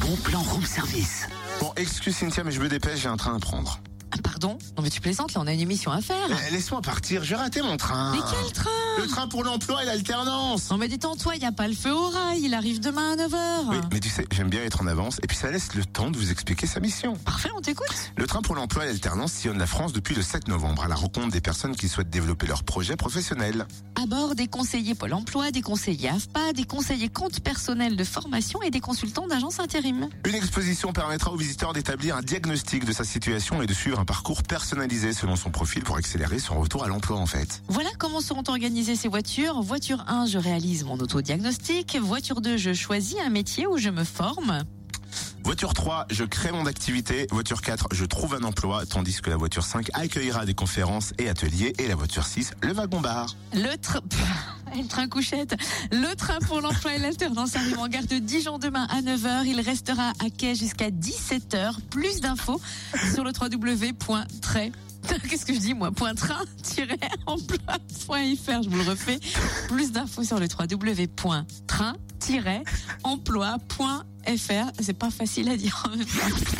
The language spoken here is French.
bon plan room service. Bon, excuse Cynthia, mais je me dépêche, j'ai un train à prendre. Ah, Pardon Non mais tu plaisantes, là on a une émission à faire. Ah, Eh, Laisse-moi partir, j'ai raté mon train. Ah. Mais quel train Ah. Le train pour l'emploi et l'alternance. Non mais détends toi, il a pas le feu au rail, il arrive demain à 9h. Oui, mais tu sais, j'aime bien être en avance et puis ça laisse le temps de vous expliquer sa mission. Parfait, on t'écoute. Le train pour l'emploi et l'alternance sillonne la France depuis le 7 novembre à la rencontre des personnes qui souhaitent développer leur projet professionnel. À bord des conseillers Pôle emploi, des conseillers AFPA, des conseillers compte personnel de formation et des consultants d'agence intérim. Une exposition permettra aux visiteurs d'établir un diagnostic de sa situation et de suivre un parcours personnalisé selon son profil pour accélérer son retour à l'emploi en fait. Voilà comment seront organisées ces voitures. Voiture 1, je réalise mon autodiagnostic. Voiture 2, je choisis un métier où je me forme. Voiture 3, je crée mon activité. Voiture 4, je trouve un emploi. Tandis que la voiture 5 accueillera des conférences et ateliers. Et la voiture 6, le wagon-bar. Le train... Le train couchette. Le train pour l'emploi et l'alternance arrive en gare de Dijon demain à 9h. Il restera à quai jusqu'à 17h. Plus d'infos sur le www.trait. Qu'est-ce que je dis moi Point Train-emploi.fr. Je vous le refais. Plus d'infos sur le www.train-emploi.fr. C'est pas facile à dire en même temps.